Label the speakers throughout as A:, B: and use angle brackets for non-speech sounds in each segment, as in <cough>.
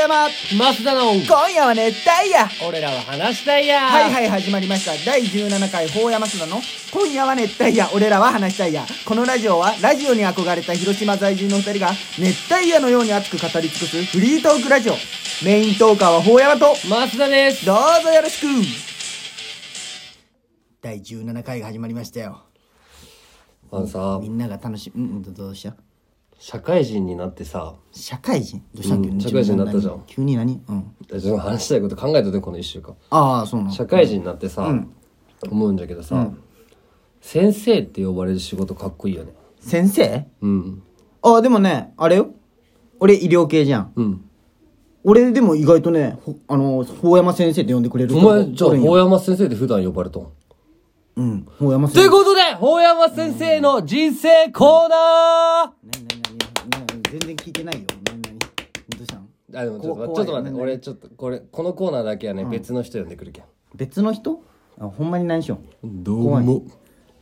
A: 山
B: 増田の
A: 今夜は熱帯夜
B: 俺らは話したいや
A: はいはいい始まりました第17回法山須田の「今夜は熱帯夜俺らは話したいや」このラジオはラジオに憧れた広島在住の2人が熱帯夜のように熱く語り尽くすフリートークラジオメイントーカーは法山と
B: 増田です
A: どうぞよろしく第17回が始まりましたよ
C: あのさ
A: みんなが楽しみうんうんどうした
C: 社会人になってさ
A: 社会人どうしたっけ、
C: うん社会人になったじゃん
A: 急に何うん
C: 自分の話したいこと考えたでこの1週間
A: ああそうなの
C: 社会人になってさ、
A: うん
C: 思うんだけどさ、先生って呼ばれる仕事かっこいいよね
A: 先生
C: うん
A: ああでもねあれよ俺医療系じゃん
C: うん
A: 俺でも意外とねほあの法山先生って呼んでくれる
C: お
A: 人が
C: 前じゃあ
A: おるんよ
C: 法山先生って普段呼ばれとん
A: うん法山
C: と
A: 先
C: いう
A: 生
C: ことで法山先生の人生コーナー
A: 何何何何全然聞いてないよ何何どうしたん
C: あでもちょっと
A: こ
C: 待ってちょっと待って
A: 怖い
C: 俺ちょっとこれこのコーナーだけはね、別の人呼んでくるけん
A: 別の人あほんまに何しよう
C: ど
A: うも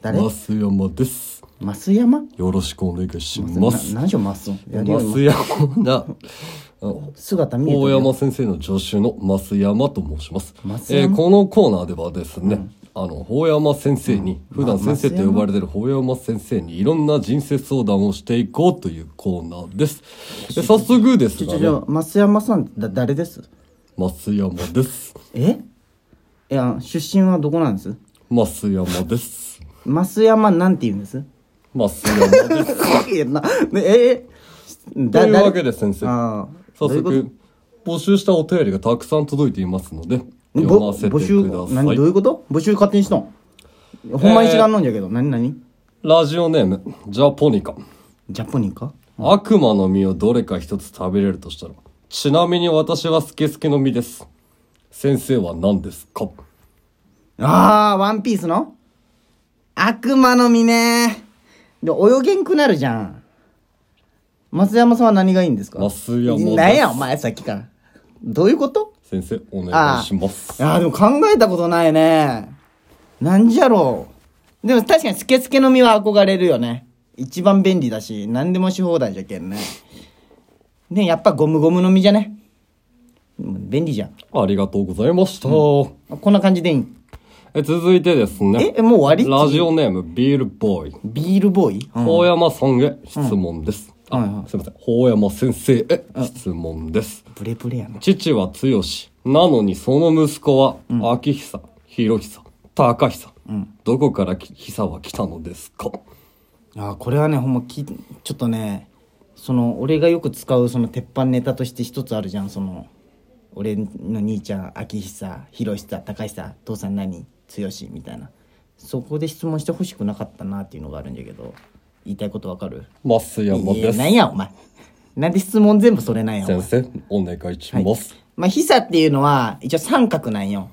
A: 誰
C: 増山です
A: 増山
C: よろしくお願いし
A: な何しよう増山やるよりも
C: 山な
A: 姿見えて
C: 大
A: る
C: 山先生の助手の増山と申します。
A: 増
C: え
A: 山
C: ーこのコーナーではですね、あの、法山先生に、普段先生と呼ばれてる法山先生にいろんな人生相談をしていこうというコーナーです。で早速です
A: ちょ
C: が、
A: ちょち
C: ね、
A: ょ増山さんってだ誰です
C: 増山です。
A: えいや出身はどこなんです
C: 増山です。
A: 増山なんて言うんです
C: 増山です。
A: いやなねえー、
C: と
A: だ
C: いうわけ
A: 誰
C: で先生、
A: あー
C: 早
A: どういうこと
C: 速、募集したお便りがたくさん届いていますので、読
A: ぼ
C: ませて
A: 募集
C: くださ
A: 何どうい
C: い。
A: うこと募集勝手にしとんほんまに知らんのんじゃけど、何何
C: ラジオネーム、ジャポニカ。
A: ジャポニーか
C: 悪魔の実をどれか一つ食べれるとしたら。ちなみに私はスケスケの実です。先生は何ですか
A: あーワンピースの悪魔の実ねで泳げんくなるじゃん松山さんは何がいいんですか
C: 増山です
A: 何やお前さっきからどういうこと
C: 先生、お願いします。
A: あーでも考えたことないねなんじゃろうでも確かにスケスケの実は憧れるよね一番便利だし何でもし放題じゃけんねねやっぱゴムゴムの実じゃねうん便利じゃん
C: ありがとうございました。
A: あこんな感じでいい
C: え続いてですね。
A: えもう終わり
C: ラジオネーム、ビールボーイ。
A: ビールボーイ、うん
C: 法山さんへ質問です。あ、
A: はいはい
C: すいません。法山先生へ質問です。
A: ブレブレやな
C: 父は強し。なのにその息子は、秋久、広久、高久。どこからき久は来たのですか
A: あーこれはねほんまきちょっとねその俺がよく使うその鉄板ネタとして一つあるじゃんその俺の兄ちゃん秋久広久高久父さん何剛みたいなそこで質問してほしくなかったなっていうのがあるんだけど言いたいことわかる
C: 増山
A: いや
C: です。
A: なんやお前なんで質問全部それなんやお前
C: 先生、お願いします。
A: まあ久っていうのは一応三角なんよ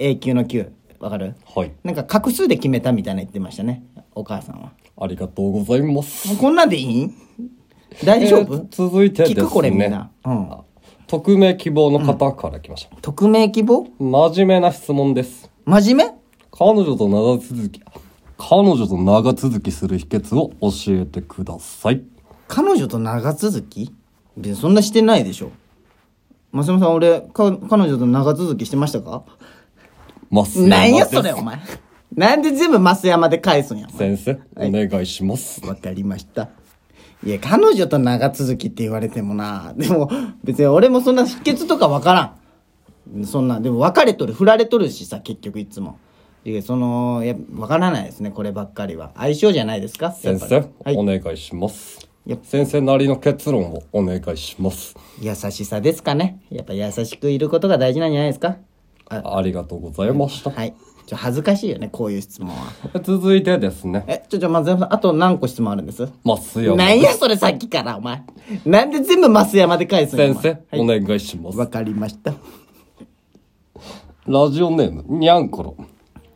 A: 永久の9わかる
C: はい。
A: なんか画数で決めたみたいな言ってましたねお母さんは
C: ありがとうございます。
A: もうこんなんでいいん大丈夫、
C: えー続いてですね。
A: 聞くこれみんな、うん、
C: あ匿名希望の方から来ました。
A: 匿名希望
C: 真面目な質問です。
A: 真面
C: 彼女と長続き、彼女と長続きする秘訣を教えてください。
A: 目彼女と長続き別にそんなしてないでしょ増山さん俺か彼女と長続きしてましたか
C: 増山です。
A: なんやそれお前なんで全部増山で返すんや
C: 先生、お願いします。
A: わかりましたいや彼女と長続きって言われてもなでも別に俺もそんな秘訣とかわからんそんなでも別れとる振られとるしさ結局いつもいやそのいやわからないですねこればっかりは相性じゃないですかやっ
C: 先
A: ぱり
C: 生、
A: はい
C: お願いします
A: やっ。
C: 先生なりの結論をお願いします。
A: 優しさですかねやっぱ優しくいることが大事なんじゃないですかあ
C: ありがとうございました。
A: はいちょ恥ずかしいよねこういう質問は
C: 続いてですね。
A: えちょちょ松山さんあと何個質問あるんです
C: 増山
A: なん
C: です。
A: やそれさっきからお前なんで全部増山で返すの
C: 先生、お願いします。
A: わかりました
C: ラジオネーム、にゃんころ。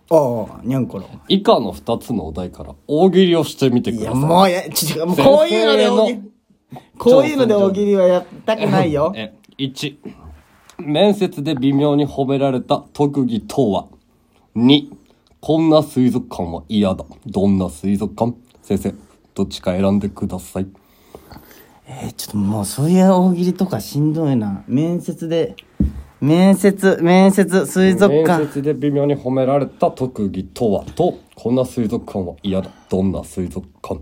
A: おおにゃんころ
C: 以下の2つのお題から大喜利をしてみてく
A: い
C: だ
A: や
C: さい。
A: もうやちょもうこういうので大喜
C: 先生
A: 利こういうので大喜利はやったくないよ
C: <laughs> え、1、面接で微妙に褒められた特技とは ?2、こんな水族館は嫌だ。どんな水族館先生、どっちか選んでください。
A: えーちょっともうそういう大喜利とかしんどいな面接で面接面接水族
C: 面
A: 館
C: 接で微妙に褒められた特技とはとこんな水族館は嫌だどんな水族館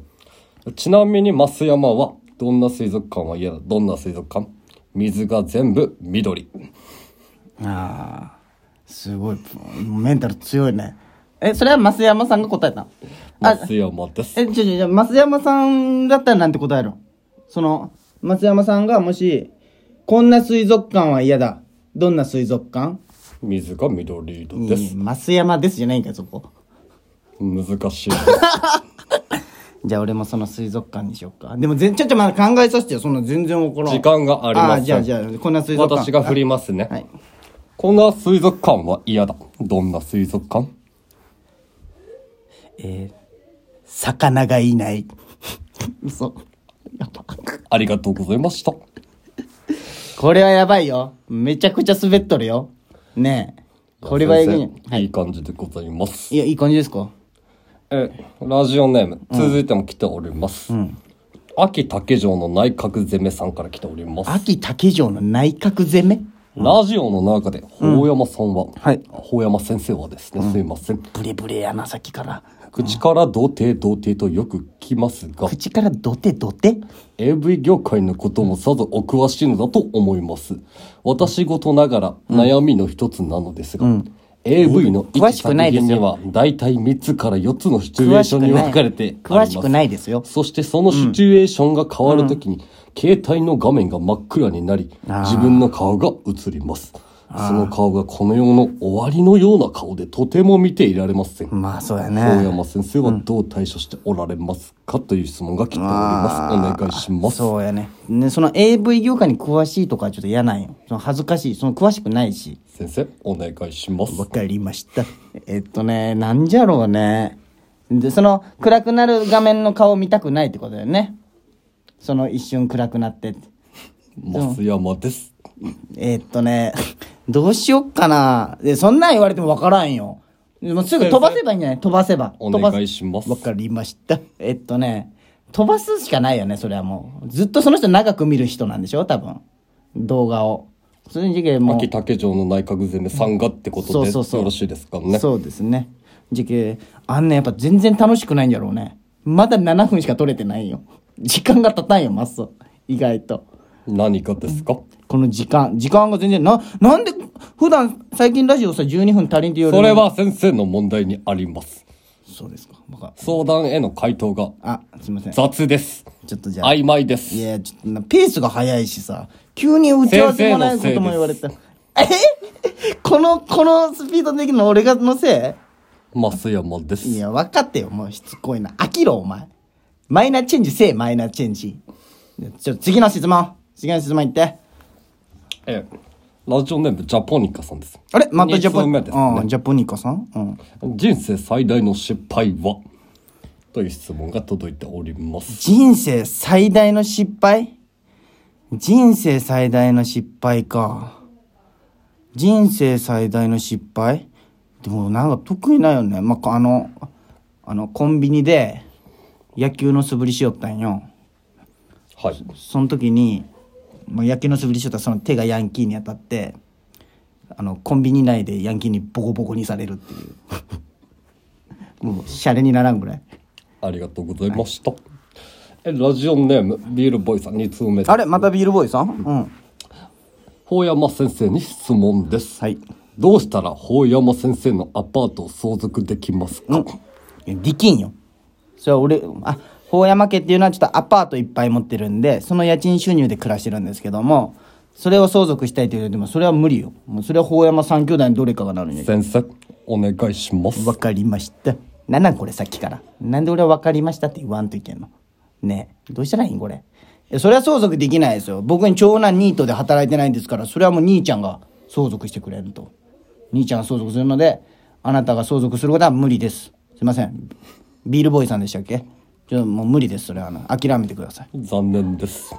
C: ちなみに増山はどんな水族館は嫌だどんな水族館水が全部緑
A: ああすごいメンタル強いねえそれは増山さんが答えたのあ
C: 増山です
A: えちょちょちょ増山さんだったらなんて答えるのその増山さんがもしこんな水族館は嫌だどんな水族館
C: 水が緑色
A: いや
C: で
A: いや
C: す
A: 増山ですじゃないんかよそこ
C: 難しいです
A: じゃあ俺もその水族館にしようかでもぜちょっとまだ考えさせてよそんな全然怒らん
C: 時間がありませ
A: ー
C: ん
A: じゃあじゃあこんな水族館
C: 私が振りますね、
A: はい
C: こんな水族館は嫌だどんな水族館
A: えー、魚がいない嘘やば
C: ありがとうございました
A: これはやばいよめちゃくちゃ滑っとるよねえこれはえぐいよ
C: 先生いい感じでございます
A: いやいい感じですか
C: えラジオネーム続いても来ております、秋竹城の内閣攻めさんから来ております
A: 秋竹城の内閣攻め
C: ラジオの中で法山さんは、
A: はい
C: 法山先生はですね、すいません
A: ブレブレやな先から
C: 口から童貞童貞とよく聞きますが
A: 口からドテドテ
C: AV 業界のこともさぞお詳しいのだと思います私事ながら悩みの一つなのですが、AV の
A: 詳
C: 一
A: しく
C: 作
A: ないで
C: 品
A: すよ
C: には大体3つから4つのシチュエーションに分かれてありま
A: 詳
C: す
A: しくないですよ
C: そしてそのシチュエーションが変わるときに、携帯の画面が真っ暗になり、自分の顔が映ります。その顔がこの世の終わりのような顔でとても見ていられません。
A: まあそうや
C: 大
A: ね
C: 山先生はどう対処しておられますか、という質問が来ております。お願いします。
A: そうやねねその AV 業界に詳しいとかはちょっと嫌なんよその恥ずかしいその詳しくないし
C: 先生、お願いします。
A: わかりました。えっとね、なんじゃろうね。で、その、暗くなる画面の顔見たくないってことだよね。その一瞬暗くなって。
C: 増山です。
A: えっとね、どうしよっかな。で、そんなん言われてもわからんよ。でもすぐ飛ばせばいいんじゃない飛ばせば。
C: お
A: 飛ばす
C: 願いします
A: わかりました。えっとね、飛ばすしかないよね、それはもう。ずっとその人長く見る人なんでしょ多分。動画を。そういう時期もう
C: 秋竹城の内閣攻めさんがってことで、
A: そうそうそう
C: よろしいですかね。
A: そうですね。時期、あんね、やっぱ全然楽しくないんだろうね。まだ7分しか取れてないよ。時間が経たんよ、まっす意外と。
C: 何かですか、
A: この時間、時間が全然、な、なんで、普段、最近ラジオさ、12分足りんって言う
C: それ。は先生の問題にあります。
A: そうですか。バカ。
C: 相談への回答が
A: あ、すいません。ち
C: 雑です。
A: ょっとじゃあ。い
C: 曖昧です。
A: や、ちょっとな、ペースが早いしさ、急に打ち合わせもないことも言われた。え <laughs> この、このスピードできるの俺がのせい
C: 増山です。
A: いや、分かってよ、もうしつこいな。飽きろ、お前。マイナーチェンジせえ、マイナーチェンジ。ちょ、次の質問。次の質問いって。
C: ええラジオネームジャポニカさんです。
A: あれまたジャポ
C: 二通
A: ニ
C: 目ですね
A: うん、ジャポニカさんうん。
C: 人生最大の失敗はという質問が届いております。
A: 人生最大の失敗人生最大の失敗か。人生最大の失敗でもなんか得意ないよね。まあ、あの、あの、コンビニで野球の素振りしよったんよ。
C: はい。
A: その時にもう野球の素振りしとったらその手がヤンキーに当たってあのコンビニ内でヤンキーにボコボコにされるって <laughs> いうもうシャレにならんぐらい
C: ありがとうございました。えラジオネームビールボーイさん2通目です
A: あれまたビールボーイさんうん
C: 法山先生に質問です。
A: はい
C: どうしたら法山先生のアパートを相続できますか、
A: いやできんよそれは俺あ法山家っていうのはちょっとアパートいっぱい持ってるんでその家賃収入で暮らしてるんですけどもそれを相続したいというよりもそれは無理よもうそれは法山三兄弟のどれかがなるんや
C: 先生、お願いします。
A: わかりました。なんなんこれさっきから。なんで俺はわかりましたって言わんといけんの。ねえ、どうしたらいいんこれ。えそれは相続できないですよ。僕に長男ニートで働いてないんですから、それはもう兄ちゃんが相続してくれると。兄ちゃんが相続するので、あなたが相続することは無理です。すいません。ビールボーイさんでしたっけちょもう無理です、それはあの。諦めてください。
C: 残念です。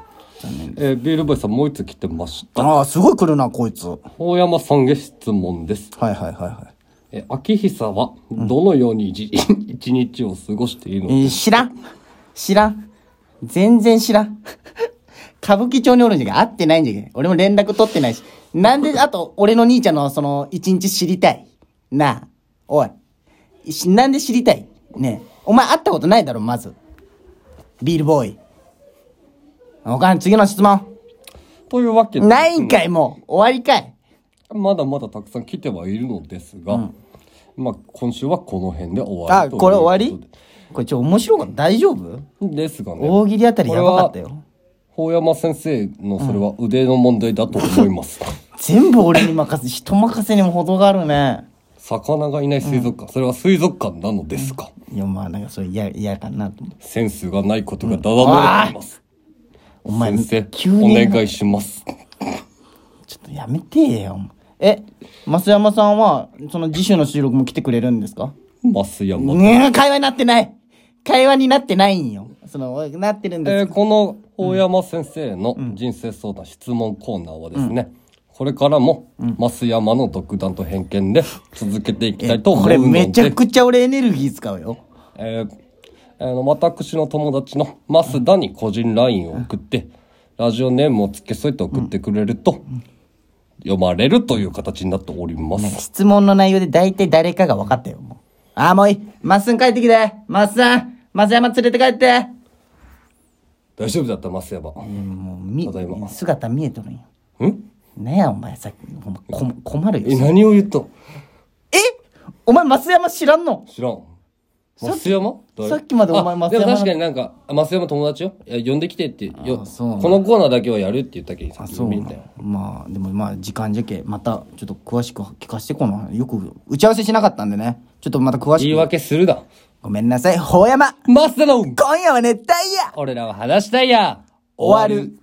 C: えービールボーイさんもう一つ来てました。
A: ああ、すごい来るな、こいつ。はい
C: 大山さんへ質問です。
A: はいはいはい。
C: え、秋久はどのように一,、 <laughs> 一日を過ごしてい
A: え
C: るの
A: ー知らん知らん全然知らん歌舞伎町におるんじゃけ会ってないんじゃけ俺も連絡取ってないし。なんで、あと、俺の兄ちゃんのその、一日知りたい。なあ、おい。しなんで知りたいねえ。お前会ったことないだろ、まず。ビールボーイ。他の次の質問。
C: というわけで
A: ないんかい、もう。終わりかい。
C: まだまだたくさん来てはいるのですが、まあ今週はこの辺で終わ
A: あ、
C: りという
A: これ終わ
C: こ
A: りこれちょ、面白かった。大丈夫
C: とでですがね
A: 大喜利あたりやばかったよ。
C: 法山先生のそれは腕の問題だと思います、
A: <laughs> 全部俺に任せ、人任せにも程があるね。
C: 魚がいない水族館、それは水族館なのですか、
A: いや、まあ、なんかそれ嫌、嫌かなと思って。
C: センスがないことがだだ漏れています、
A: お前、
C: 先生
A: 急に。
C: お願いします
A: ちょっとやめてよ。え、増山さんは、その次週の収録も来てくれるんですか
C: 増山、
A: ねえ、会話になってない会話になってないんよ。その、おいなってるん
C: え
A: で
C: ー
A: す。
C: この法山先生の人生相談質問コーナーはですね、これからも増山の独断と偏見で続けていきたいと思
A: こ
C: うので
A: れめちゃくちゃ俺エネルギー使うよ。
C: えーあの私の友達の増田に個人 LINE を送って、ラジオネームを付け添えて送ってくれると、読まれるという形になっております。
A: 質問の内容で大体誰かが分かったよ。もうあー、もういい。まっすん帰ってきて。まっすん、増山連れて帰って。
C: 大丈夫だった、増山。
A: もうみ
C: ただいま
A: 姿見えとるんよ。
C: ん
A: ねえ、お前さっき、ほんまこ困る
C: え、
A: よ。
C: 何を言った
A: えお前、増山知らんの
C: 知らん。増山誰
A: さっきまでお前
C: あ
A: 増山
C: でも確かになんか、あ増山友達よ。いや、呼んできてってよ。
A: あ
C: こ
A: そう
C: のコーナーだけはやるって言ったけどさっき
A: な
C: 見
A: の
C: たよ。
A: まあでもまあ時間じゃけまたちょっと詳しく聞かせてこのよく打ち合わせしなかったんでねちょっとまた詳しく
C: 言い訳するな。
A: ごめんなさいほうやま
C: 増田の
A: 今夜は熱帯夜
C: 俺らは話したいや
A: 終わる